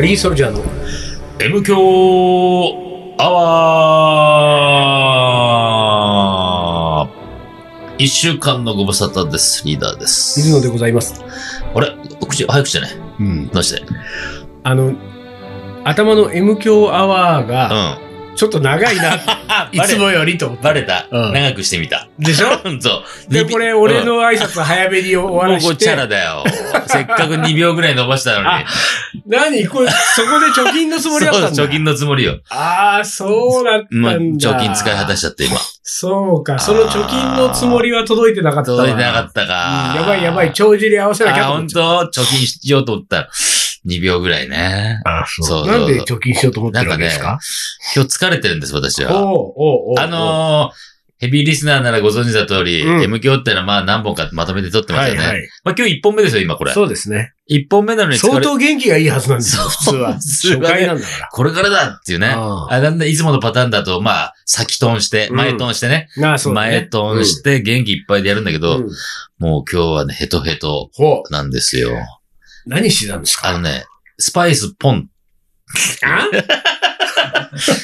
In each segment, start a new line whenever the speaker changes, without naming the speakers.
リーソルジャーの
M 強アワー一週間のご無沙汰です。リーダーです。
水野でございます。
あれ口、早口じゃない
うん。
どうして
あの、頭の M 強アワー
うん。
が、
あ
ちょっと長い な、い
バ
つ
レ
もよりと思って。
バレた、
うん
長くしてみた。
でしょ
そう。
で、
指
これ、俺、の挨拶早めに
うん
終わ
もう
ら
ご
し
ちゃ
て、
らだよ。 せっかく2秒ぐらい伸ばしたのに
あ。何これ、そこで貯金のつもりだったん
そう、
だ
貯。金のつもりよ。
ああ、そうだったん
ま
だ。
あ、貯金使い果たしちゃって、今。
そうか、その貯金のつもりは届いてなかったわ。
届いてなか
っ
ったか。
やばいやばい、
ょ
帳尻合わせなきゃ
あ、
と思
本
っちゃっ
当貯金しようと思ったら、2秒ぐらいね。
た。あ
そうそう
う。なんで貯金しようと思ってるわけです
なん
か
今日疲れてるんです、私
おう
は。
おうおう
あのー、ヘビーリスナーならご存知だ通り、
うん
M 響ってのはまあ何本かまとめて撮ってますよね。
はいはい。
まあ今日1本目ですよ、今これ。
そうですね。
1本目なのに疲れ
相当元気がいいはずなんですよ、普通は。
そう
初回なんだか
これからだっていうね。
ああ
あ、なんだ、いつものパターンだと、まあ、先トンして、
うん
前トンしてね。
ら。なあ、そうだ
前
ね。
トンして、元気いっぱいでやるんだけど、
うん
もう今日はね、ヘトヘト
ほう。
なんですよ。
何してたんです
あ
か
のね、スパイスポン。
あ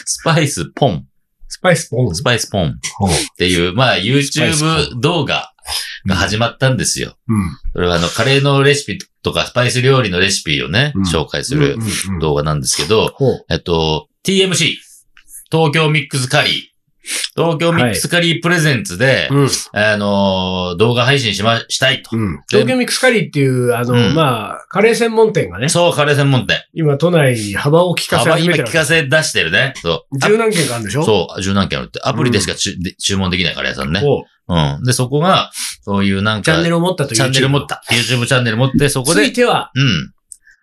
スパイスポン。
スパイスポン。
スパイスポン。
ほう
っていう、まあ、
パイス
YouTube 動画が始まったんですよ。
うん。
これはあの、カレーのレシピとか、スパイス料理のレシピをね、
うん
紹介する
うんうんうん
動画なんですけど、
ほう。
えっと、TMC、東京ミックスカリー、東京ミックスカリープレゼンツで、
うん。
あのー動画配信しま、したいと。
うん。東京ミックスカリーっていう、あの、
うん
まあ、カレー専門店がね、
そう、カレー専門店。
今都内に幅を利かせ
幅、
始
今
めて
聞
る。
かせ出してるね。そう。
十何件かあるんでしょ
そう、十何件あるって。アプリでしかちゅで注文できないカレー屋さんね。
ほう
うん。で、そこが、そういうなん
チ
か、
ャンネルを持ったという。
チャンネル持っ。た。YouTube チャンネル持って、そこ
つい
で、
ては、
うん。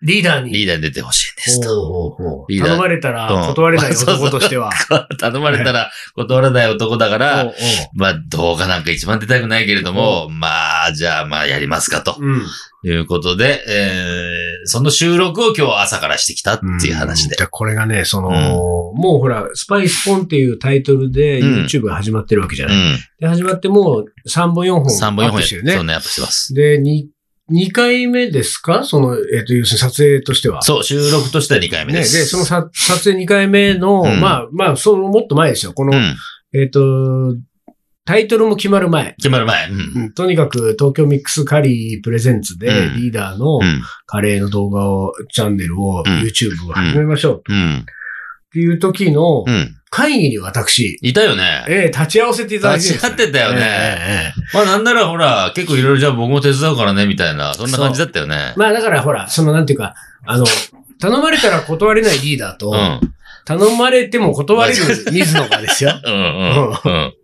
リーダーに。
リーダーに出てほしいんですと。
ほうほうほう
リーダー
頼まれたら断れない男としては。
頼まれたら断らない男だか
ほ
ら、
う
まあ動画なんか一番出たくないけれども、まあ、じゃあまあやりますかと
ほううん。
いうことで、えー、その収録を今日朝からしてきたっていう話で
じ。ゃあこれがね、その、
うん
もうほら、スパイスポンっていうタイトルで
うん
YouTube が始まってるわけじゃ
う
ない。
ん。
で、始まってもう3本4本
3本
アッ
4本
プ
や
して
そう
るよね。
ね、アップしてます。
で、2、二回目ですかその、えっ、と、要するに撮影としては。
そう、収録としては2回目
ね、で
で。
すそのさ撮影2回目の、
うん
まあ、まあ、そのもっと前ですよ。この、
うん。
えっ、と、タイトルも決まる前。
決まる前。うん。
うんとにかく、東京ミックスカリープレゼンツで、
うん
リーダーの
うん。
カレーの動画を、チャンネルを、
うん
YouTube を始めましょう。
うん。
っていう時の
うん。
会議に私、
いたよね。
ええ立ち会わせていただいてるん
立
で
ち
す
会ってたよ
え
ね。
えええ
まあなんならほら、結構いろいろじゃあ僕も手伝うからね、みたいな、そんな感じだったよね。
まあだからほら、そのなんていうか、あの、頼まれたら断れないリーダーと、
うん。
頼まれても断れる水野がですよ。
うんうん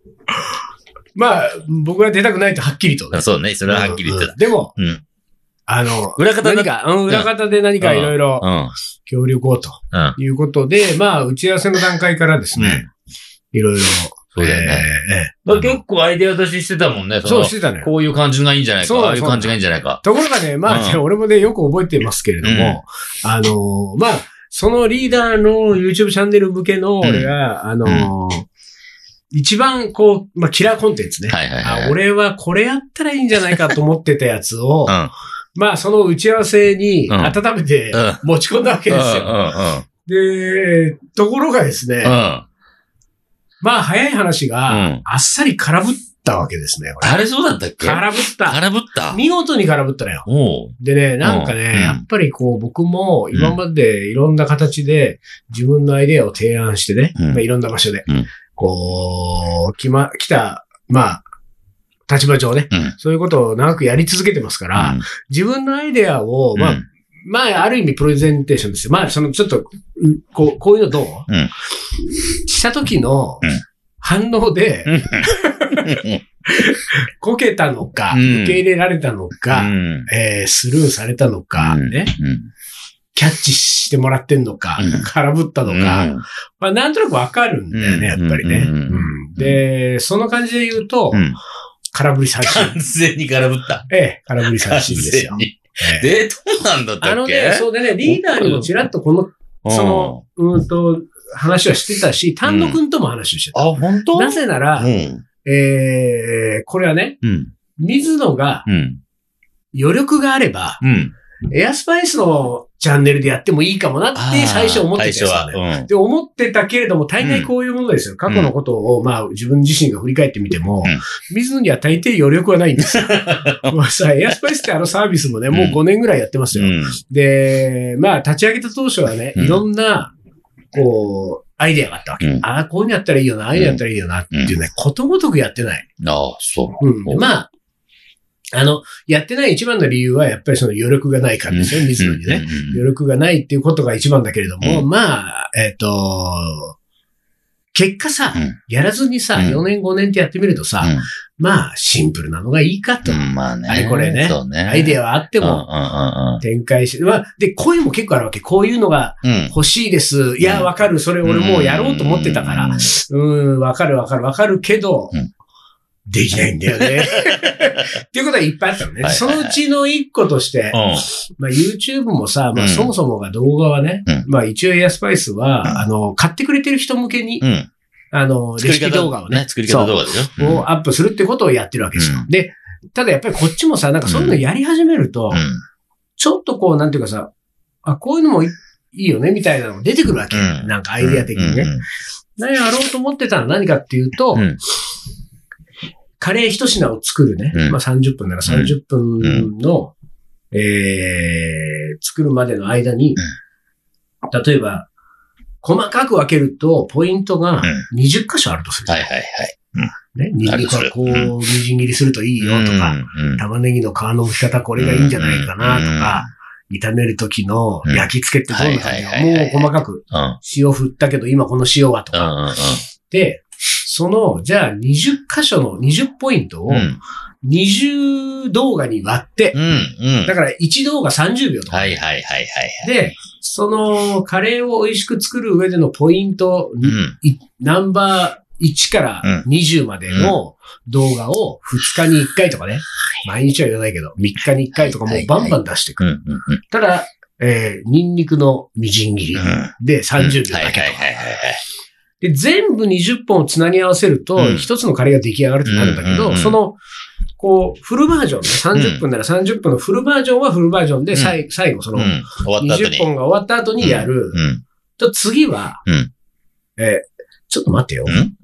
まあ、僕は出たくないとはっきりと
う
ね、
ん。そうね、それははっきり言ってた。
うんでも、
うん。
あの、
裏方だ
何か、うん裏方で何かいろいろ
うん。
協力をと
うん。
いうことで、まあ、打ち合わせの段階からですね、いろいろ。
そうだよね。
ええええ
だから結構アイデア出ししてたもんね。そ
そう
の
してたのよ。
こういう感じがいいんじゃないか。
そう
ああいう感じがいいんじゃないか。
ところがね、まあ、
うん
ね俺もね、よく覚えてますけれども、あの、まあ、そのリーダーの YouTube チャンネル向けの、俺が、あの、一番こう、まあ、キラーコンテンツね。
はいはいはい。
あ俺はこれやったらいいんじゃないかと思ってたやつを、
うん。
まあ、その打ち合わせに
うん
温めて
うん
持ち込んだわけ
うん
で
う
すよ。
ん
で、ところがですね、
うん。うん。
まあ、早い話が、
うん
あっさり空振ったわけですね。これ
あれそうだったっけ
空振った。
空振った
見事に空振ったのよ。
おう。
でね、なんかね、
うん
やっぱりこう僕も今までいろんな形で自分のアイデアを提案してね、
うん
まあ、いろんな場所で、
うん
こう、きま、来た、まあ、立場上ね、
うん
そういうことを長くやり続けてますから、
うん
自分のアイデアを、まあ、
うん
まあ、ある意味プレゼンテーションですよ。まあ、その、ちょっと、うこう、こういうのどう、
うん
した時の
うん
反応で、
うん
こけたのか、
うん
受け入れられたのか、
うん
えースルーされたのか、
うん
ね、
うん
キャッチしてもらってんのか、
うん
空振ったのか、まあなんとなくわかるんだよね、や
うん
っぱりね。
うん
うんで、その感じで言うと、
うん
空振り三 振。
完全に空振った。
ええ、空振り三
完
振です
全
よ。
に。
ええ
で、どうなんだっ
あ
た
の
っけ
ね、そうでね、リーダーにもちらっとこの、その、うーんと、話はしてたし、丹野くんとも話をしてた。
うんあ、本当
なぜな
う
ら、
ん。
えーこれはね、
うん。
水野が
うん。
余力があれば、
うん。
エアスパイスのチャンネルでやってもいいかもなって最初思ってたんです
最初
よね
は。うん。
で、思ってたけれども、大概こういうものですよ。過去のことを、まあ、自分自身が振り返ってみても、
うん
水野には大抵余力はないんです よ。まあさ、エアスパイスってあのサービスもね、もう5年ぐらいやってますよ。
うん。
で、まあ、立ち上げた当初はね、
うん
いろんな、こう、アイデアがあったわけ。
うん
ああ、こういうのやったらいいよな、ああいうのやったらいいよな、っていうね、ことごとくやってない。
ああ、そう。
うん。で
うん
まあ、あの、やってない一番の理由は、やっぱりその余力がないからですよ、水野にね。
うん
余力がないっていうことが一番だけれども、
うん
まあ、えっ、と、結果さ、
うん
やらずにさ、
うん
4年5年ってやってみるとさ、まあ、シンプルなのがいいかと。
うん。まあね。
あれこれね
そうね。
アイデアはあって
で
も、
う
展開して、まあ、で、声も結構あるわけ。こういうのが
んうんうん。
欲しいです。いや、
うん
わかる。それ俺もうやろうと思ってたから。うん、わかるわかるわかるけど、
うん
できないんだよ ね。っていうことはいっぱいあったのね。
はいはい
そ
はい
のうちの一個として、
う
まあ、YouTube もさ、ま
う
あ、
ん
そもそもが動画はね、
うん
まあ、一応エアスパイスは、
うん
あの、買ってくれてる人向けに、
ん。うん。
あの、レシピ動画をね、
作り方動画でしょ。
をアップするってことをやってるわけですよ。
うん
で、ただやっぱりこっちもさ、なんかそういうのやり始めると、
うん。
ちょっとこう、なんていうかさ、あ、こういうのもいいいよね、みたいなのが出てくるわけ。
うん
なんかアイデア的にね。
うん。
何やろうと思ってたのは何かっていうと、
うん
カレー一品を作るね。
うん
まあ30分なら30分の、えー、作るまでの間に、例えば、細かく分けると、ポイントが20箇所あるとする。
はいはいはい。
ね。ニンニクはこう、
ある
みじん切りするといいよとか、
うん、うん
玉ねぎの皮の剥き方これがいいんじゃないかなとか、炒める時の焼き付けってどうなのか
うんはいはいはいはい
もう細かく、
うん。
塩振ったけど今この塩はと
う
か、
んうん
で、その、じゃあ20箇所の20ポイントを
うん。うん。
20動画に割って
う、ん。う
だから1動画30秒と
ん。
か。
はいはいはいはいはい。
で、その、カレーを美味しく作る上でのポイント、
うん。
いナンバー1から
う
20までの動画を2日に1回とかね、毎日は言わないけど、3日に1回とかもうバンバン出してく
う
る。
ん。うん。うん。
ただ、えー、ニンニクのみじん切り
うん
で30秒
はい
だ
はい
けと
はい
か。
はいはい。
で、全部20本をつなぎ合わせると
う、ん
一つのカレーが出来上がるってなるんだけ
うんうんう
ど、
ん
その、こう、フルバージョンね、30分なら30分のフルバージョンはフルバージョンで、さい最後、その、
うん。終わった後
20
に。
本が終わった後にやる
う。ん。
と、次は
うん、
えー、ちょっと待ってよ
うん。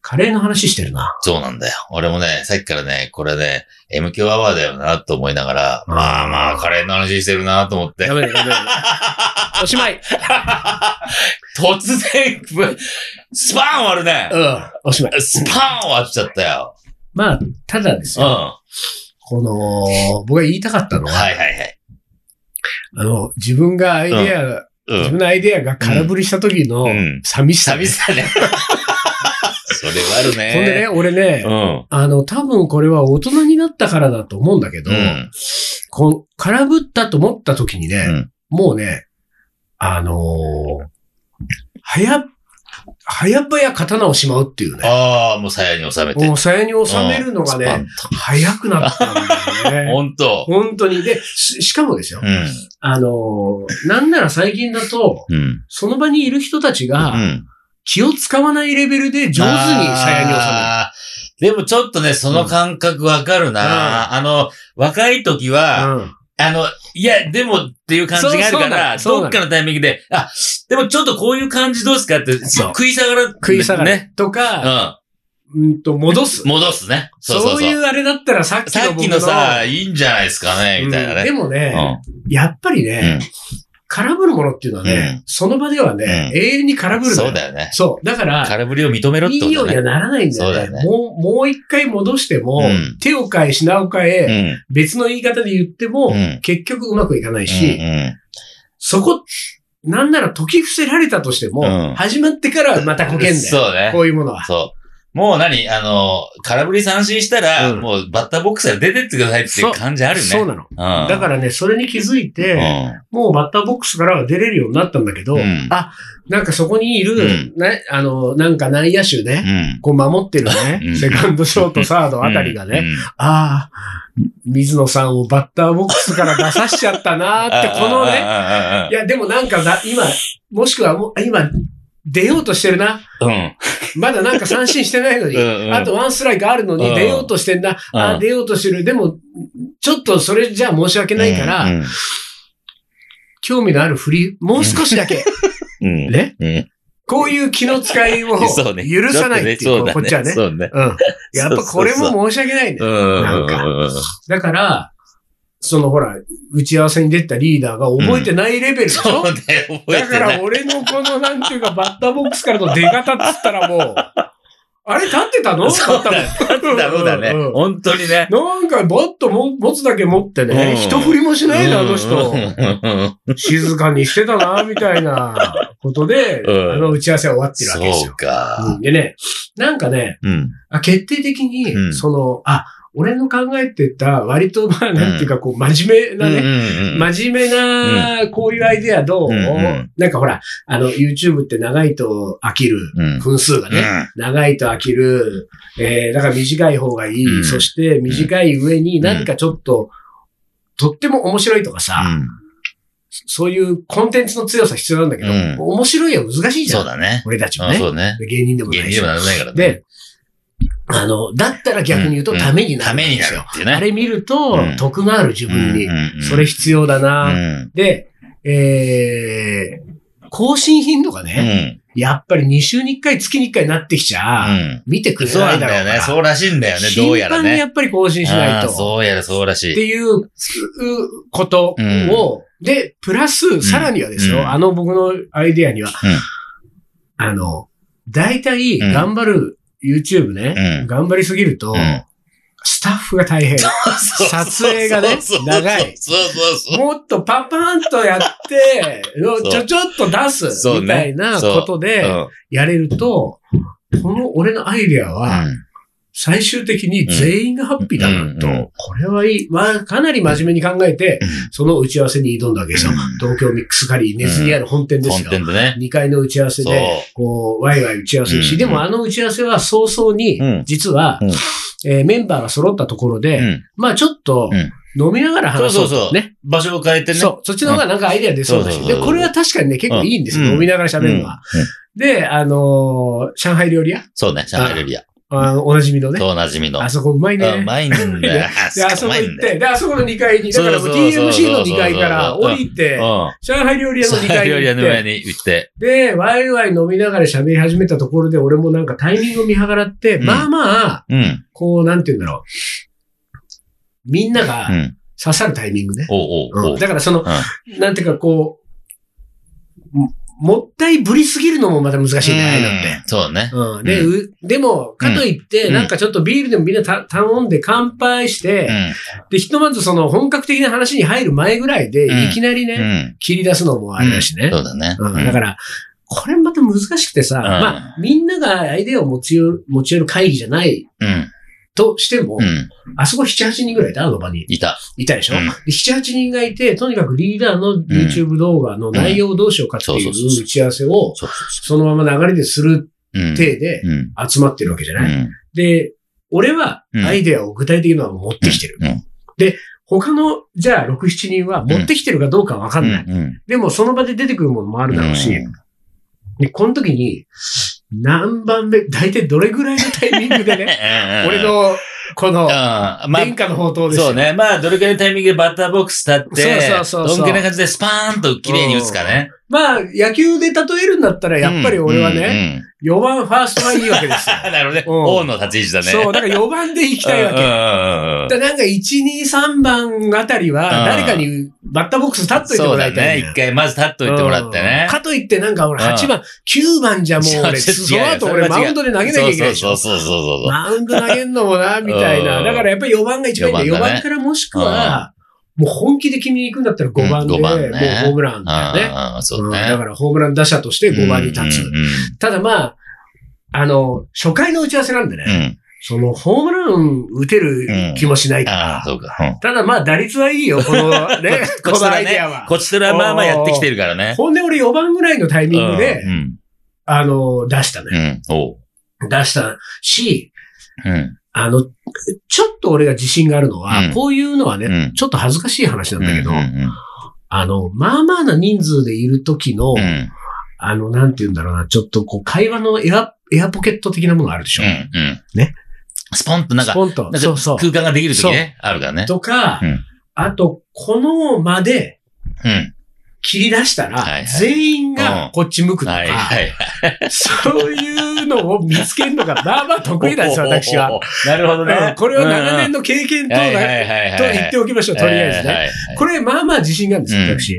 カレーの話してる な。
そうなんだよ。俺もね、さっきからね、これね、MQ アワーだよなと思いながら、まあまあ、カレーの話してるなと思って
や。めろやめろ。おしまい。
突然、ぶスパーン終わるね
う。ん、おしまい。
スパーン終わっちゃったよ。
まあ、ただです
うん。
よ。
は
この、僕が言いたかったの
い
は、
はいはい。
あの、自分がアイデア、
う
自
ん。
分のアイデアが空振りした時の
うん
寂しさね。
寂しさ ね。それはあるね。
ほんでね、俺ね、
うん。
あの、多分これは大人になったからだと思うんだけど、
うん。
この空振ったと思った時にね、
うん
もうね、あのー、はや、はやばや刀をしまうっていうね。
ああ、もう鞘に収めて。
もう鞘に収めるのが
うん
ね、。早くなったんだよね。
本当。
本当に。で、ししかもですよ
う。ん。
あのー、なんなら最近だと、
うん。
その場にいる人たち
う
が
ん。
気を使わないレベルで上手に鞘に収める。
あーでもちょっとね、その感覚わかるな、あの、若い時は、
うん
あの、いや、でもっていう感じがあるか
そう
ら、
そうなのそうなの
どっかのタイミングで、あ、でもちょっとこういう感じどうですかって、
そう
食い下がる。
食い下がる。
ね。
と
う
か、
ん。
うんと、戻 す。
戻すね。そうそうそう。
いうあれだったらさっきの
さっ
僕
きのさ、いいんじゃないですかね、みたいな
うん
ね
で。も
う
ね、
ん。
やっぱり
う
ね、
ん
空振るものっていうのはね、その場ではね、
うん
永遠に空振るの
そうだよね。
そう。だから、
空振りを認めろっ
い
てこ
いよう
と
には
ね。
ならないんだよね。
そうだよね
もう、もう一回戻しても、
うん
手を変え、品を変
う
え、
ん。
別の言い方で言っても、
うん
結局うまくいかないし、
うん
そこ、なんなら解き伏せられたとしても、
うん
始まってからまたこけんだよ。
そうね
こ。ういうものは。
そう。もう何あの、空振り三振したら、
うん
もうバッターボックスから出てってくださいっていう感じあるね。
そうなの。
うん。
だからね、それに気づいて、もうバッターボックスからは出れるようになったんだけど、
うん
あ、なんかそこにいる、
うん
ね、あの、なんか内野手
うん。
ね、
うん。
こう守ってるね、
うん
セカンド、ショート、サードあたりがね、
うん。
ああ、水野さんをバッターボックスから出さしちゃったな ーって、このね、い
ね。
や、でもなんかな今、もしくはもう今、出ようとしてるな。
うん。
まだなんか三振してないのに、
うんうん
あとワンストライクあるのに
うん
出ようとしてんな。
うん
あ、出ようとしてる。でも、ちょっとそれじゃ申し訳ないから、
うん
興味のある振り、もう少しだ け、
うん。
ね。
うん。
こういう気の使いを
そうね。
許さないって
ちょ
い
と
う、
ね
こっちはね。
そうね。
うん。やっぱこれも申し訳ないね
う。ん。
なんか
うんうん
だから、そのほら、打ち合わせに出たリーダーが覚えてないレベルでしょ、
そうね、覚えてない。
だから俺のこのなんていうか、バッターボックスからの出方っつったらもう、あれ立ってたのバ
そ
ッ
う
タ
だ
ーボック
ね
ス。
そうだね
うんうん。
本当にね。
なんかバットも持つだけ持ってね、
うん
一振りもしないであの人
う。ん
静かにしてたな、みたいなことで、
うん
あの打ち合わせは終わってるわけです
そう
よ。
か
うん。でね、なんかね、
うん。
あ決定的に、
うん
その、あ、俺の考えてた、割と、まあ、なんていうか、こう、真面目
うんう
なね、
んうん
真面目な、こういうアイデアどう、
うんうん
なんかほら、あの、YouTube って長いと飽きる。
うん
分数がね、長いと飽きる。えー、だから短い方がいい。
うん
そして短い上に何かちょっと、とっても面白いとかさ、そういうコンテンツの強さ必要なんだけど、
うん
面白いは難しい
うん
じゃ
そ
ん。
うだね。
俺たちも
あ
ね。
そうね。
芸人でもな
芸
い
人
し
でも。ならないからね。
で、あの、だったら逆に言うと
うん
ためになる。
ためになるっていうね。
あれ見ると、
うん
得がある自分に。
に
それ必要だ
う
な、
ん。
で、えー、更新頻度が
う
ね、
ん。
やっぱり2週に1回、月に1回になってきちゃ、
うん
見てくれ
そう
な
ないん
だ
だ
ろ
よ
うから
ね。そうらしいんだよね。どうやら
頻繁にや
ね。
っぱり更新しない
あー
と。
そうやらそうらし
って
い。
いううことを、で、プラス、さらにはですよ、
うん
あの僕のアイデアには、
ん
あの、大体、
うん
頑張る YouTube ね、
うん
頑張りすぎると、
うん
スタッフが大変。撮影がね
そうそうそう
長い
そうそうそう。
もっとパパンとやって、
う
ちょちょっと出す
そうね
みたいなこと
う
で
ん
やれると、この俺のアイデアは最終的に全員がハッピーだな
うんうん
と、これはいい、まあ、かなり真面目に考えて、その打ち合わせに挑んだわけですよ
うん。
東京ミックスカリーネズリアの本店です
コン
よ
テ。ンツね。
2階の打ち合わせ
そう。
で、こう、ワイワイ打ち合わせる
う
し、
ん
でもあの打ち合わせは早々に
うん、
実は
うん、
えーメンバーが揃ったところ
う
で、
ん
まあちょっと
うん、
飲みながら話そう。
そうそうそう
ね。
場所を変えてね。
そう。そっちの方がなんかアイデア出そうだ
う
し。
んそう
で、
そうそう
これは確かにね、結構いいんですよ。
うん
飲みながら喋
うん
るの
うん
は。で、あのー上海料理屋
そうね。シャンデリア。
あのおなじみのね。
とおなじみの。
あそこうまい
うんう
ね。
まいんだよ。
で、あそこ
うまい
行
ん
っ
だよ
て、で、あそこの2階に、だからもう
そうそうそうそ
TMC
う
の2階から降りて、
うん。
上海料理屋の2階に
料理屋の
行っ
上
て、
に行って。
で、ワイワイ飲みながら喋り始めたところで、俺もなんかタイミングを見計らって、
うん
まあまあ、
うん。
こう、なんて言うんだろう。みんな
う
が
ん。
刺さるタイミングね。
おうおうおう。
だからその、なんていうかこう、ももったいぶりすぎるのもまた難しいね、ああいうのって。
うんそうね。
うん、で、
う
うでも、かといって、
うん
なんかちょっとビールでもみんなた頼んで乾杯して、
う
で、ひとまずその本格的な話に入る前ぐらいで、
うん
いきなりね、
ん。うん。
切り出すのもあれだしね。
そうだね。
うんだから、これまた難しくてさ、
ん
まあ、みんながアイデアを持ちよ持ち寄る会議じゃない
うん。
としても、
うん。
あそこ7、8人ぐらいだ、あの場に。
いた。
いたでしょ、
うん
で ?7、8人がいて、とにかくリーダーの YouTube 動画の内容をどうしようかって
うん
い
そうそうそう
う打ち合わせを、
そうそうそ
そのまま流れでする
う。うん。
体で
うん。
集まってるわけじゃ
う
ない、
ん。
で、俺は
うん
アイデアを具体的なのを持ってきてる。
うんうん
で、他の、じゃあ6、7人は持ってきてるかどうかはわかんない、
うん。
でもその場で出てくるものもあるだろうし、
ん
で、この時に、何番目、大体どれぐらいのタイミングでね、俺、
うん
の、この、
まあ
殿、下の宝刀ですよ
そうね。まあ、どれくらいのタイミングでバッターボックス立って、
そうそうそうそう
どんくらいな感じでスパーンと綺麗に打つかね。
まあ、野球で例えるんだったら、やっぱり俺はね、
ね。
4番ファーストはいいわけ ですよ。
あなるほどね。
うん
王の立ち位置だね。
そう、だから4番で行き
うん
たいわけ。
うんうんうん
だからなんか1、2、3番あたりは、誰かにバッターボックス立っといて
そ
も
う
ら
だ
いた
ね。
い。
一回まず立っといてもらってね
うん。かといってなんか俺
うん
8番、9番じゃもう俺、
そう
そ
違う
の
よ
後
それ
俺
は違う
マウンドで投げなきゃいけないでし
そ
ょ
う。そうそうそうそうそ う。
マウンド投げんのもな、みたいな。
うん
だからやっぱり4番が一番いいんで、
四
4
番だね
番からもしくは、もう本気で君に行くんだったら5番で、
うん五番ね
もうホームランだよね。
ああ、そううんね。
だからホームラン打者として5番に立つ。
うんうん
ただまあ、あの、初回の打ち合わせなんでね、
うんうん。
そのホームラン打てる気もしないから。
ああ、そうか。うん、
ただまあ打率はいいよ、このねこ
こちと
のア
ら
イデ
ね
アは。、
こちとらまあまあやってきてるからね。
ほんで俺4番ぐらいのタイミングで、
うん。
あの、出した
う
ね。
ん。おう。
出したし、
うん。
あの、ちょっと俺が自信があるのは、
うん
こういうのはね、
うん
ちょっと恥ずかしい話なんだけど、
うんうん
あの、まあまあな人数でいる時の、
うん。うん
あの、なんて言うんだろうな、ちょっとこう、会話のエア、エアポケット的なものあるでしょ。
うん。
ね。
スポンとなん
ス
か、
ポンと。
なん
そ
か
うそう。
空間ができるときね、あるからね。
とか、
うん
あと、この間で
うん。
切り出したら、
はいはい
全員
うん
がこっち向くとか、
はいはい。
そういうのを見つける のが、まあまあ得意なんですよ、私
おおお
は。
お。なるほど
うん
ね。
これは長年
の
の経験と、
はいは
ない
はいはい。
と言っておきましょう、とりあえずね。
ね。
これ、まあまあ自信があるんですよ、私。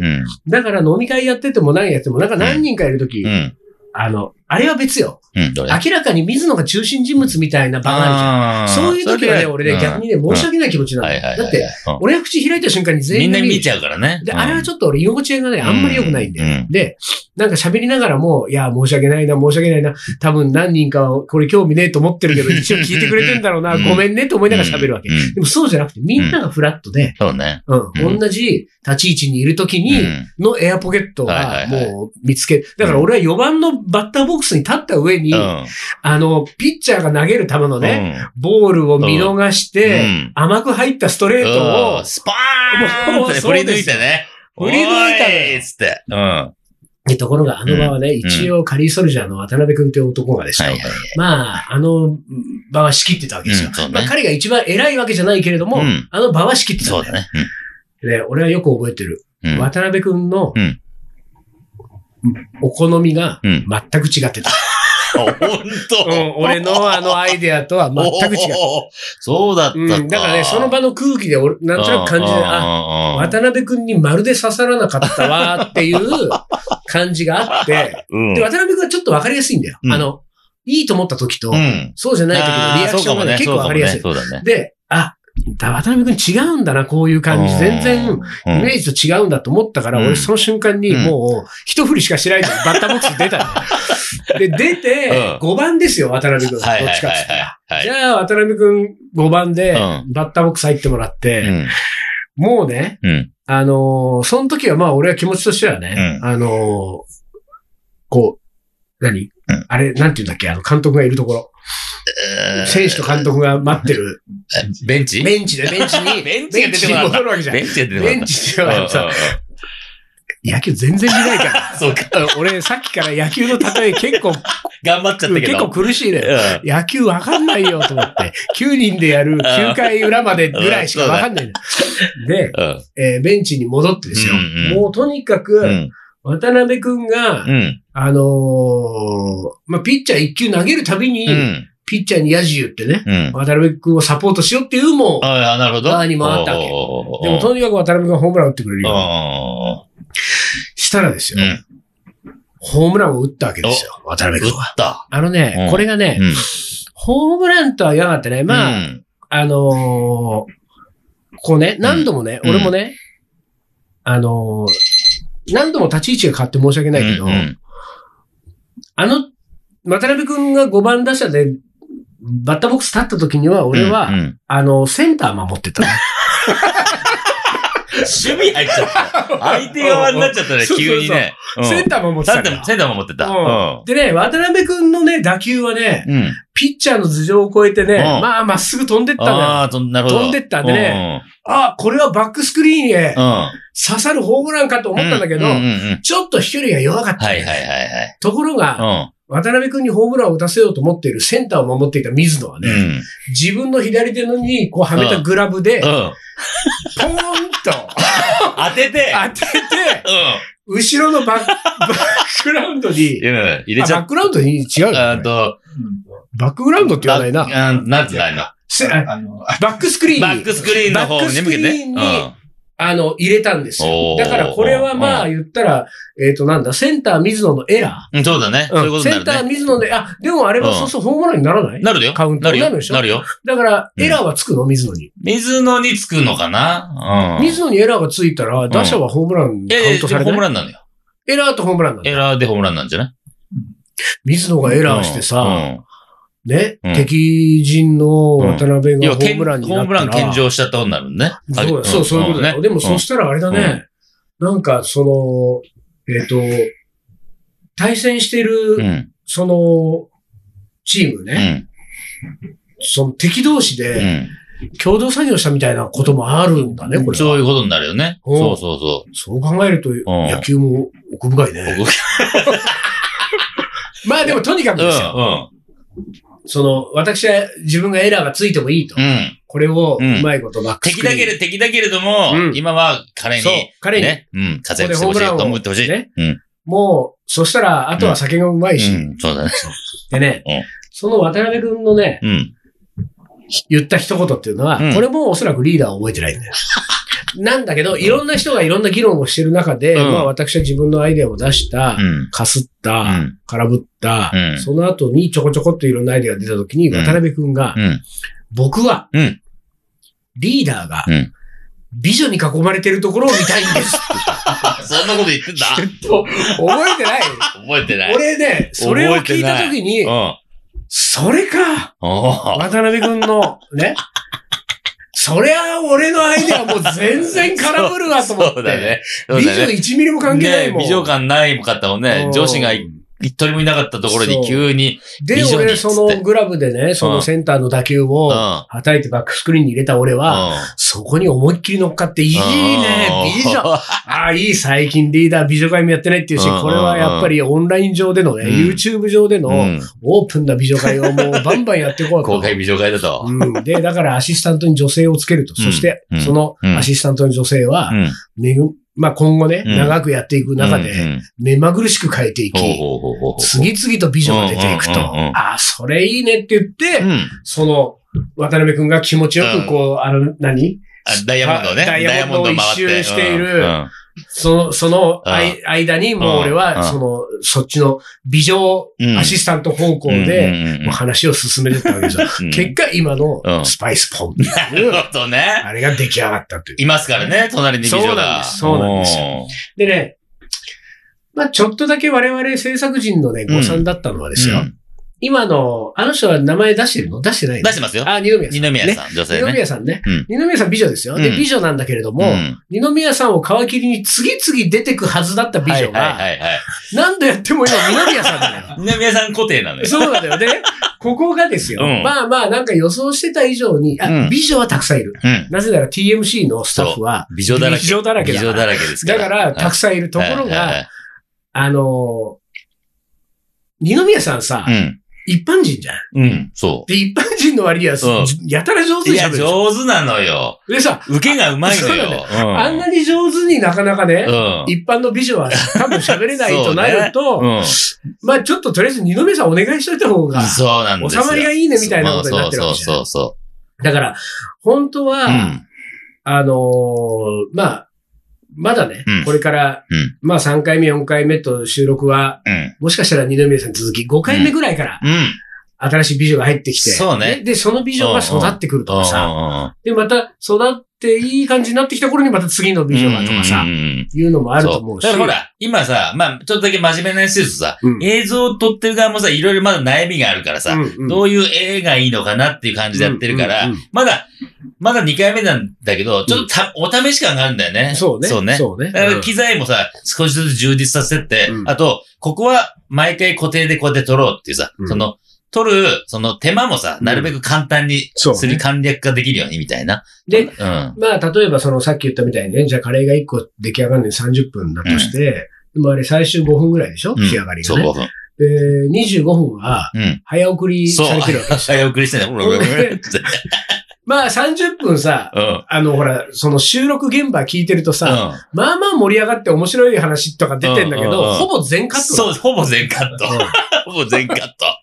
だから飲み会やってても何やっても、なんか何人かいるとき、
うん。うん。
あの、あれは別よ。
うん。どれ
明らかに水野が中心人物みたいな場があるじゃん。
あー
そういう時はね、
そ
俺
れ
ね、
ぐらい
逆にね、申し訳ない気持ちにな
は
る
いはいはい。
だって、
うん、
俺が口開いた瞬間に全
み
員
ん
が
な
見
見
る。
ちゃうからね。
で、あれは
ょ
ちょっと俺、居心地がね、あんまり良くないんだよ。
うん
で、なんか喋りながらも、いや、申し訳ないな、申し訳ないな、多分何人かはこれ興味ねえと思ってるけど、一応聞いてくれてんだろうな、
うん
ごめんねと思いながら喋るわけ。
うん
でもそうじゃなくて、みんながフラットで、
そうね。
うん
う、ん
同じ立ち位置にいる時に、
うん
のエアポケット
は
はい
はいはい
もう見つけ、だから俺は4番のバッターボックスに立った上に、
うん
あの、ピッチャーが投げる球のね、
うん
ボールを見逃して、
うん
甘く入ったストレー
う
ト
んスパーンって振り抜い
そ
てね。
うですよ振り抜いたのよ
おーつって。うん。は
を、ところがあの場はね、一応カリーソルジャーの渡辺君という男がでし
い
た、
はい。
まあ、あの場は仕切ってたわけですよ。
うんそうね
まあ、彼が一番偉いわけじゃないけれども、
うん
あの場は仕切ってた
そ
ん
う
だ
だ
よ。
ね。
で、俺はよく覚えてる。
うん。うん
渡辺君の、
うん
お好みが
うん。
全く違ってた。
ほんと
うん俺のあのアイデアとは全く違う。
おーそうだったか。
うん、だからね、その場の空気で俺、なんとなく感じで、あ、
あ
渡辺くんにまるで刺さらなかったわーっていう 感じがあって、
うん
で、渡辺くんはちょっとわかりやすいんだよ。
うん
あの、いいと思った時と、
うん。
そうじゃない時のリアクションがね、
あー
結構わかりやすい。
そうかもねそうだね。
で、あ、だ渡辺くん違うんだな、こういう感じ。全然、
うん
イメージと違うんだと思ったから、
うん
俺その瞬間に
うん
もう、一振りしかしないで、バッターボックス出た の。で、出て、
う
5番ですよ、渡辺くん。どっちか
は
っ
いは
つ
い
った
はい
ら。
はい。
じ
はい
ゃあ、渡辺くん5番で
う、
バッターボックス入ってもらって、もうね、
うん。うん。
あのーその時はまあ俺は気持ちとしてはね、
う
あのーこう、何、
うん
あれ、なんて言うんだっけあの、監督がいるところ。
えー
選手と監督が待ってる。
ベンチ
ベンチで、ベンチに、
ベンチが
ベン
出てこ
チに
なかった
戻るわけじゃん。
ベンチやって
ベンチではさ、野球全然見ないから。
そうか。
俺、さっきから野球の例え結構、
頑 張っちゃったけど。
結構苦しいのよ。
う
野球わかんないよと思って、9人でやる9回裏までぐらいしかわかんないのよで、
ん。うん。
えーベンチに戻ってですよ。
うんうん
もうとにかく、
うん。
渡辺くんが、
うん。
あのーまあ、ピッチャー1球投げるたびに、
うん。
ピッチャーにヤジ言ってね、
うん。
渡辺くんをサポートしようっていうもう、
ああ、なるほど。
側に回ったわけ
おーおーおーおー
でもとにかく渡辺くんがホームラン打ってくれるよ。
お
したらです
ーう
よ、
ん。
ホームランを打ったわけですよ、渡辺くん
打っ
は。
た。
あのね、
うん
これがね、
うん
ホームランとは言わなかったね。まあ、
うん
あのーこうね、何度もね、
うん
俺もね、あのー何度も立ち位置が変わって申し訳ないけど、
うんうん
あの、渡辺くんが5番打者で、バッターボックス立った時には、俺は、
うんうん
あの、センター守ってたの。
守備入っちゃった。相手側になっちゃったね、
そうそうそう
急にね。うん
センター守って
セ
た
ンタ
か
ーも、
ら。
センターも持ってた。
う
うんん。
でね、渡辺くんのね、打球はね、
うん。
ピッチャーの頭上を越えてね、
うん
まあ、まっすぐ飛んでったのよ。
ああ、となるほど。
飛んでったんでねあ、これはバックスクリーンへ
うん。うん。
刺さるホームランかと思ったんだけど、
うんうんうん
ちょっと飛距離が弱かった。
はいはいはい
ところが、
は。
渡辺くんにホームランを打たせようと思っているセンターを守っていた水野はい
う
ね、
ん。
自分の左手のにこうはめたグラブで、
う
ポ
ん。うん。
ーンと
当てて、
当てて、
う
後ろの バッバックグラウンドに、
ん。うん入れ
あ
ちゃ
バ
っ
ックグラウンドに違うよ
た。
ね、
うんと、
バックグラウンドって言わないな。
な。うん、なんてないの。
せあバックスクリーン
バ
に
ックスクリーンの方に向け
バックスク
て。
リーンにあの入れたんですよ。
おー
だからこれはまあ言ったら、えっ、となんだ、センター水野のエラー。
うん。そうだね。そういうこと
セ
に
ンタ
な
ー
るね。
水野で、あ、でもあれはそうそうホームランにならない、
なるよ。
カウント
なるよ。
なるでしょ
なるよ。
だから、
うん
エラーはつくの水野に。
水野につくのかなうん。
水野にエラーがついたら、打者はホームラン
い
カ
や
ウン
いや、ホ
トされ
ーム
ない。
ランなのよ。
エラーとホームランなんだ
エラーでホームランなんじゃない
水野がエラーして
う
さ、
ん
ね
うん、
敵陣の渡辺
うん。
が
要
ホ
は、け
ー
ん
ム
ホ
ランに
ー
なっ
ム
た
ラン献
ら。
上しちゃったことになるんね。
そう、そう、そういうことだよ。
ね
でも、そしたらあれだね。なんか、その、えっと、対戦して
うん。
る、
うん
その、チーム
う
ね、
ん。
その敵同士
う
で
ん。
共同作業したみたいなこともあるんだね、これ
そう
は。
いうことになるよね。
うん
そうそうそ
そう考えると、野球も奥深いね。
う。
まあでもとにかく
うん、う
ですよ。
ん。
その、私は自分がエラーがついてもいいと
う。ん。
これを
うん
うまいことバックス
敵
クリー
だ
ン
けれ、敵だけれども、
うん
今は彼に、
そう、彼に、
ね、うん、活躍してほしい、
ここでホームランを
と思ってほしい。
ね
うん、
もう、そしたら、あとは酒がうまいし、
うん、そうだね。
でね、
うん
その渡辺君のね、
うん。
言った一言っていうのは、
うん
これもおそらくリーダーは覚えてない んだよ。なんだけど、いろんな人がいろんな議論をしてる中で、
うん
まあ私は自分のアイデアを出した、
うん。
かすった、
うん。
空振った、
うん
その後にちょこちょこっといろんなアイデアが出た時に、
うん
渡辺君が、
うん。
僕は
うん。
リーダーが
うん。
美女に囲まれてるところを見たいんです。
あそんなこと 言ってんだ
と覚えてない
覚えてない。
俺ね、それを聞いた時に
う、ん。
それか、
おー
渡辺君の、ね。そりゃ、俺のアイデアもう全然空振るわと思って。
そうだね。そう
美
だ
女
ね。
1ミリも関係ないもん。
ね美女感ないかったもんね
う。ん
女子が一人もいなかったところ
そ
に
う
急に。
で
美、女に
俺、
っつって
そのグラブでね、そのセンターの打球
うん。う
を
ん。
叩いてバックスクリーンに入れた俺は、そこに思いっきり乗っかって、いいね、美女。
女
ああ、いい、最近リーダー美女会もやってないっていうし
うんうんう、ん
これはやっぱりオンライン上でのね、
うん
YouTube 上での
うん。
オープンな美女会をもうバンバンやっていこうと。
公開美女会だと。
うん、で、だからアシスタントに女性をつけると。
うん
そして
うん、
そのアシスタントの女性は、
ん。
めぐ、まあ、今後ね、
うん
長くやっていく中で、
うん
目まぐるしく変えてい
ほう
き、
ほうほうほうほう。
次々と美女が出ていくと、
うんうんうんうん
ああ、それいいねって言って、
うん。
その、渡辺くんが気持ちよく、こう、あの、何
あダイヤモンドね。
ダイヤモンドを一周
ダイヤモンド回っ
している
うんうん
その、その、あい間に、もう俺
うん
は、その、そっちの美女
うん
アシスタント方向
うん
で、
うんうん
もう話を進めてったわけですよ。
うん
結果、今
う
の
ん
スパイスポンっていう、
なるほどね。
あれが出来上がったという。
いますからね、隣に美女が。
そうなんですそうでね、まあちょっとだけ我々制作人のね、
うん
誤算だったのはですよ。
うん
今の、あの人は名前出してるの出してないの
出してますよ。
あ、二宮さ
二
ん。
宮さん、女性
ね。二
ね。
宮さんね
うん。
二宮さん美女ですよ。
う
で、
ん
美女なんだけれど
う
も、
ん
二宮さんを皮切りに次々出てくはずだった美
はい
女
は
が、
いはいはい。
何度やっても今二宮さんだよ。
二宮さん固定な のよ。
そうなんだよね。ここがですよ。
うん
まあまあ、なんか予想してた以上に、
う
あ、
ん
美女はたくさんいる。
うん。
なぜなら TMC のスタッフは、
美女だらけ。
美女だらけだ
美
から
女だらけですか
だ
ら。
から、たくさんいるところ
はいはい
が
は、い、
あのー二宮さんさ、一般人じゃん。
うん。うん。そ
で、一般人の割には、
うん
やたら上
う。
手
い
に喋
や、
るでしょ。
上手なのよ。
でさ、
受けがうまいの
そう
よ。
あんなに上手になかなかね、
うん。
一般の美女は多分喋れないとなる と、
うん。うん。
まあちょっととりあえず二宮さんお願いしといた方が、
そうなんです
収
よ。
まりがいいねみたいなことになってるわ
そ
け
う
じゃん
そうそうそ
だから、本当は、
う。うん。
あのーまあ、まだね、
うん
これから、
うん
まあ3回目、4回目と収録は、
うん。
もしかしたら二宮さんに続き、5回目ぐらいから
うん。
新しい美女が入ってきて、
そうね
でで、その美女が育ってくるとかさ、
さ、
で、また育っていい感じになってきた頃にまた次の美女がとかさ、
うんうんうん
いうのもあると思うし。
そだからほら、今さ、まあ、ちょっとだけ真面目なやつ言うとさ、
うん
映像を撮ってる側もさ、いろいろまだ悩みがあるからさ、
うんうん
どういう絵がいいのかなっていう感じでやってるか
う
ら、
んうんうん
まだ、まだ2回目なんだけど、ちょっとた、お試し感があるんだよね。
そうね。
そうね。
そうね。
だか
う
ら
ん
機材もさ、少しずつ充実させてって、
うん
あと、ここは毎回固定でこうやって撮ろうっていうさ、
うん
その、撮る、その手間もさ、
うん
なるべく簡単に
そうね
する簡略化できるようにみたいな。
で
うん。うん。
まあ、例えばそのさっき言ったみたいにね、じゃあカレーが1個出来上がるのに30分だとして、でもあれ最終5分ぐらいでしょ仕上がりが
そう、
ね。
5分。
で、25分は
うん。
早送り
そう
されてるわけ。
早送りしてね。ほら、ほら、ほらって
まあ、30分さ、
うん。
あの、ほら、その収録現場聞いてるとさ、
うん
まあまあ盛り上がって面白い話とか出てんだけ
うんうんう
ど、
ん
ほぼ全カットだ
そう、ほぼ全カット。
うん
ほぼ全カッ ト。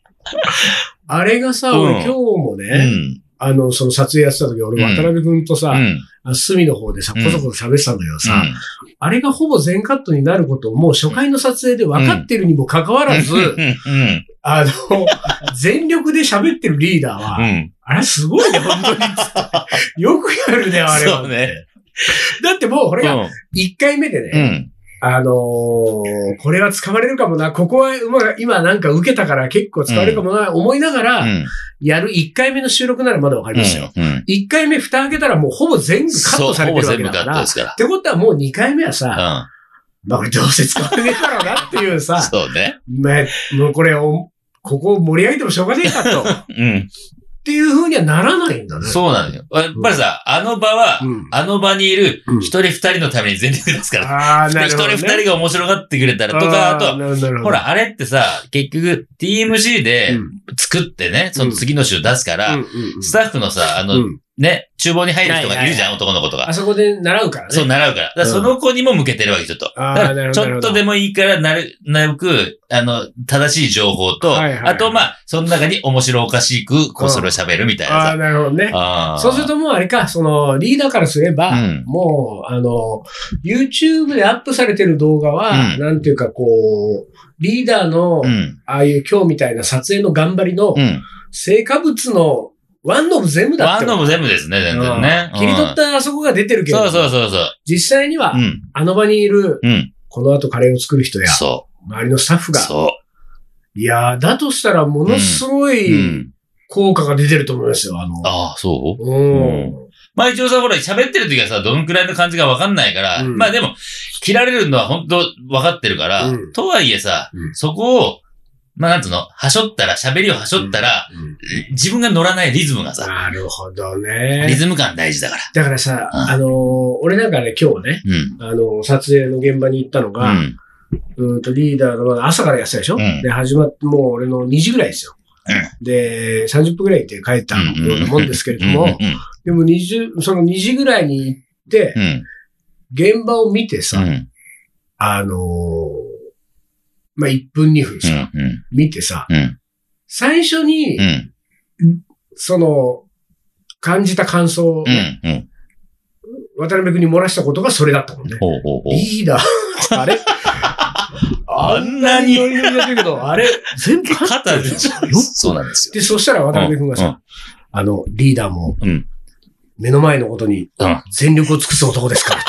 あれがさ、
うん
俺今日もね、
うん。
あの、その撮影やってた時、俺、
うん
渡辺君と
う
さ、
ん。
あ隅の方でさ、
うん
こそこそ喋ってたんだけどさ、
うん
あれがほぼ全カットになることをもう初回の撮影で分かってるにもかかわらず、
うん。うん
あの、全力で喋ってるリーダーは、
うん。
あれすごいね、本当に。よくやるね、あれは。
そうね。
だってもうこれが1回目で
う
ね、
ん。
あのーこれは使われるかもな、ここはうまく今なんか受けたから結構使われるかもな、思いなが
う
ら、
ん。
やる1回目の収録ならまだわかりますよ。
うん。
一回目蓋開けたらもうほぼ全部カッ
そう
トされ
ほ
て
ぼ
るわ
全
け
部
だ
カ
か
ット
ら。
で
っ
すか
てことはもう二回目はさ、
ら。
まあこれどうせ使 わねえだろうなっていう
うん。
さ、
そうね。
ね、もうこれを、ここを盛り上げてもしょうがねえかと。
うん。
っていう風にはならないんだね。
そうなのよ。やっぱりさ、あの場は、
うん。
あの場にいる
うん
一人二人のために全力出すから。
ああ、な
一
るほど、
人
ね。
二人が面白がってくれたらとか、あ
ー、
と
なるほどなるほど
ほ、ら、あれってさ、結局 TMC
う
で
ん
作ってね、その次の週出すか
う
ら
ん、うんうん
スタッフのさ、あ
う
の、
ん
ね、厨房に入る人がいるじゃん、
はい
男の子とか
あ。そこで習うからね。
そう、習うから。だからその子にも向けてるわけ、ちょっと。だ
あーな
か
る
ら
ほ
ち
ど
ょっとでもいいから、なる、なるく、あの、正しい情報と、
はいはい
あと、まあ、その中に面白おかしく、こう、それを喋るみたいな
ああ、
さ。
なるほどね。
あー
そうする、ともうあれか、その、リーダーからすれば、
うん
もう、あの、YouTube でアップされてる動画は、
うん
なんていうかこう、リーダーの、
うん。
ああいう今日みたいな撮影の頑張りの
う、ん。
成果物のワンノブ全部だっ
ワ
て
ン
こ
の
と。
も全部ですね、全
う
然
ん
ね。
切り取ったあそこが出てる
うん
けれど
そ
も、
うそうそうそう。
実際には
う、ん。
あの場にいる、
うん。
この後カレーを作る人や、
そ
周りのスタッフ
う。
が、
そ
いやー、だとしたらものすご
う。う
い
ん。
効果が出てると思いますよ、あの。
ああ、そう
うん。
まあ一応さ、ほら、喋ってる時はさ、どのくらいの感じかわかんないから、
うん
まあでも、切られるのは本当わかってるから、
うん
とはいえさ、
うん
そこを、まあなんつうの、はしょったら、喋りをはしょったら、
うん
自分が乗らないリズムがさ、
なるほど
リ
ね。
ズム感大事だから。
だからさ、
うん
あのー俺なんかね、今日ね、
うん。
あのー撮影の現場に行ったの
う
が、
ん。
うん、とリーダーのまだ朝からやってたでしょ、
うん
で、始まって、もう俺の2時ぐらいですよ。で、30分ぐらいで帰ったようなもんですけれども、
うん。うん。
でも20、その2時ぐらいに行って、
うん。
現場を見てさ、
うん。
あのーまあ、1分2分
う
さ、
ん。うん。
見てさ、
うん
最初に、
うん。
その、感じた感想を、
うん。うん。
渡辺君に漏らしたことがそれだったもんね。
ほうほうほう。
リーダー、あ れ
あんなに
ノリノリやってるけど、あれ全部カット
肩でし
じゃん
ょ。そうなんですよ。
で、そしたら渡辺君が
う
さ、あの、リーダーも
うん、
目の前のことに
うん
全力を尽くす男です から。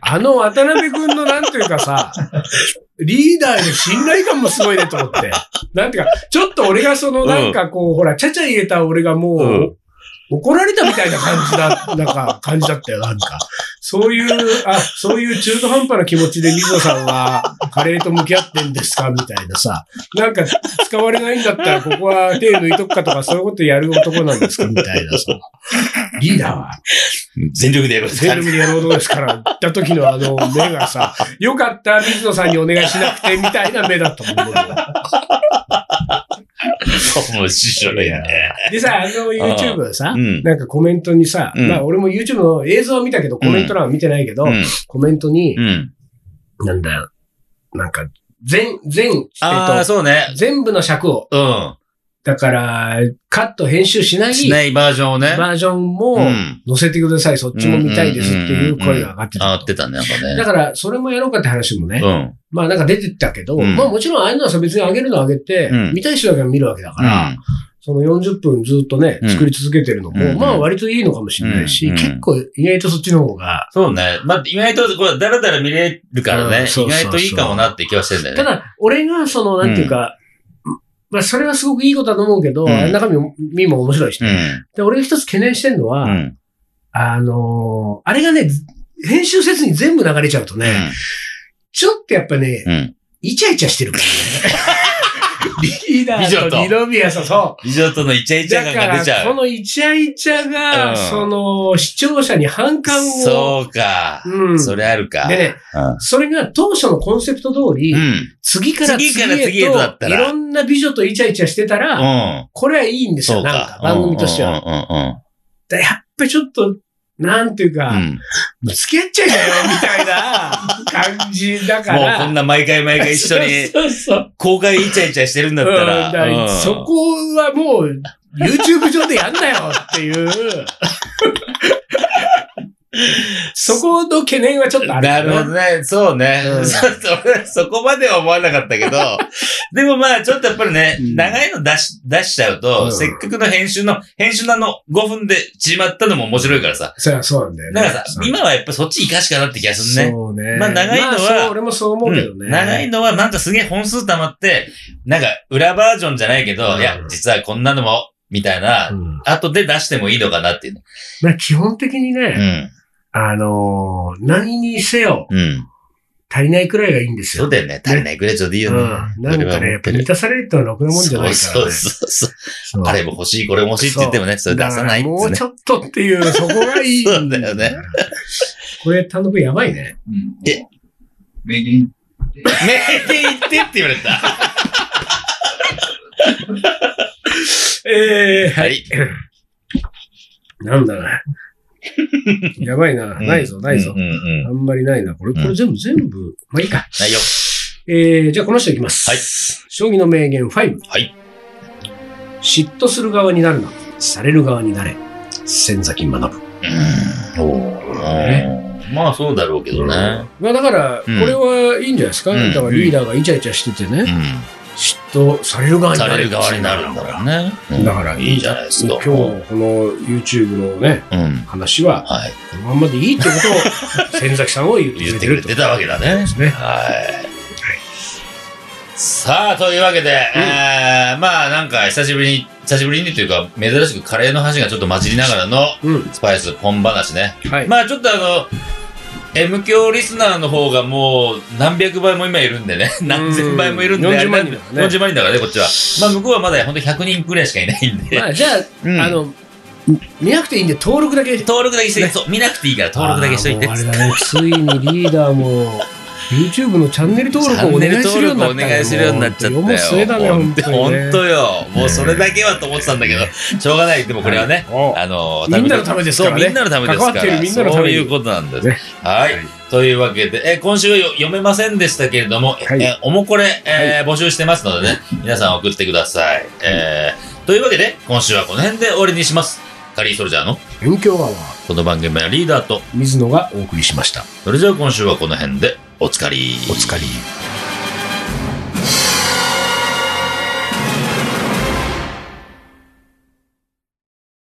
あの渡辺君のなんていうかさ、リーダーへの信頼感もすごいねと思って。なんていうか、ちょっと俺がそのなんかこう、ほら、ちゃちゃ入れた俺がも
う、
うん怒られたみたいな感じだ、なんか感じだったよ、なんか。そういう、あ、そういう中途半端な気持ちで水野さんはカレーと向き合ってんですかみたいなさ。なんか使われないんだったらここは手抜いとくかとかそういうことやる男なんですかみたいなさ。リーダーは
全力でやるって
全
感
力
じ。
でやろうとですから、行った時のあの目がさ、よかった、水野さんにお願いしなくてみたいな目だったもんね。
面白いね。
でさ、あの YouTube はさ
う、ん。
なんかコメントにさ、
うん
まあ俺も YouTube の映像は見たけど、コメント欄は見てないけど、
うん。
コメントに
う、ん。
なんだよ、なんか、全、全、えっ
ああ、
と、
そうね。
全部の尺を、
うん。
だから、カット編集しない
しないバージョンをね。
バージョンも
うん。
載せてください、そっちも見たいですっていう声が上がって
あ
た
っ。てたね、なんか
だ
ね。
から、それもやろうかって話もね、
うん。
まあなんか出てったけど、
うん
まあもちろんああいうのはさ別に上げるの上げて、
うん
見たい人だけ見るわけだから、その40分ずっとね
う、ん
作り続けてるのも、
うん
まあ割といいのかもしれないし、
うん
結構意外とそっちの方が、
そうね。まあ、意外と、こう、だらだら見れるから
う
ね
ん、そ
意
うそうそう
外といいかもなって気はしてんだよね。
ただ、俺がその、なんていうか、まあそれはすごくいいことだと思うけど、
うん
あの中身も身も面白いし、
うん、
で、俺が一つ懸念してるのは、
うん。
あのーあれがね、編集せずに全部流れちゃうとね、ちょっとやっぱね、
うん。
イチャイチャしてるから ね。リーダーと二宮さん、そう。
以上とのイチャイチャ
だ
感
か
が
ら、
出ちゃ
こ
う。
のイチャイチャが、
うん
その、視聴者に反感を。
そうか。
うん。
それあるか。
でね、それが当初のコンセプト通り、
うん。うん。
次から次
次から次へ
へ
とだっ
と、
た
い
ら
ろんな美女とイチャイチャしてたら、
うん。
これはいいんです
そ
よ、
う
なんか
か。、
番組としては。
うんう
だやっぱりちょっと、なんていうか、
んうんうん。うん。
もう付き合っちゃいなよ、みたいな感じだか
もうこ
ら。
んな毎回毎回一緒に
そうそう
公開イチャイチャしてるんだ
そう
っ
うん
た
だから
ら。うん
そこはもう、YouTube 上でやんなよって いう。そこの懸念はちょっとある。
なるほどね。そうね。
うん
ちょっと俺そこまでは思わなかったけど、 でもまあちょっとやっぱりね、
うん
長いの出し、出しちゃうと、
うん
せっかくの編集の、編集のあの5分で縮まったのも面白いからさ。
そうそうなんだよね。
だからさ、
そう
今はやっぱそっち生かしかなって気がするね。
そうね。
まあ長いのは
まあそう俺もそう思うけどね。
うん長いのはなんかすげえ本数溜まって、なんか裏バージョンじゃないけど、
うん
いや、実はこんなのも、みたいな、
うん
後で出してもいいのかなっていうね。
まあ基本的に
う
ね、
ん。
あのー、何にせよ、
うん。
足りないくらいがいいんです
そ
よ。
うだよね。足りないぐらいちょうどいいよね。
うん。なん
それは
かね、
思
や
っ
っぱ
て
満
る。
たされるとはろくなもんじゃないか
そ
ら
う
ね。
そうそう。
そう
あれも欲しい、これも欲しいって言ってもね、それ出さないっ
だからも
つ
う
ね
ち。ょっとっていう、そこがいい。
そうだよね。
これ、単独やばいね。
うん
で、
名言。
名言言ってって言われた。
ええ
はい。
なんだな。やばいな。ないぞ、ないぞ
うん。うんうん。
あんまりないな。これ、これ全部、全部。まあいいか。
ないよ。
えー、じゃあこの人いきます。
はい。
将棋の名言5。
はい。
嫉妬する側になるな。される側になれ。千崎学ぶ。
うんおーまあそうだろうけどね。
まあだから、こ
うん
れはいいんじゃないですか、
うん
だからリーダーがイチャイチャしててね、嫉妬される側にな
さ
れ。
れる側になるんだろうね。うん
だから
いいじゃないですか
今。日のこの YouTube のね、
うん。
話は、
はい。
このまんまでいいってことを、千崎さんを言ってくれ
言っててく
る
れ
と
てたわけだね。
ですね。
はい。さあ、というわけで、えーまあなんか久しぶりに、久しぶりにというか、珍しくカレーの話がちょっと混じりながらの、
うん。
スパイスポン話ね。
はい。
まあちょっとあの、M 教リスナーの方がもう何百倍も今いるんでね。何千倍もいるんで。
うん
あれなん
40万人だからね
40万人だからね、こっちは。まあ向こうはまだ本当100人くらいしかいないんで。
まあじゃあ、
うん
あの、見なくていいんで登録だけ
登録だけしといて、そう、見なくていいから登録だけしといて。
あーもうあれだね、ついにリーダーも、YouTube のチャンネル登録をお願いするようになった
チャンネル登録お願いするようになっちゃったよ。
もう世も末だね、本当に、ね。
本当よ。もうそれだけはと思ってたんだけど、しょうがない。でもこれはね、
お
あの、
みんなのためですからね
そうみんなのためですから。
関わってるみんなのために
そういうことなんです。
ね
はい
はい。
というわけで、えー今週はよ読めませんでしたけれども、
はい
えーおもこれ、えー募集してますのでね、皆さん送ってください。えーというわけで、今週はこの辺で終わりにします。カリーソルジャーの
勉強は
この番組はリーダーと、
水野がお送りしました。
それじゃあ今週はこの辺で、おつかり。
お疲れ。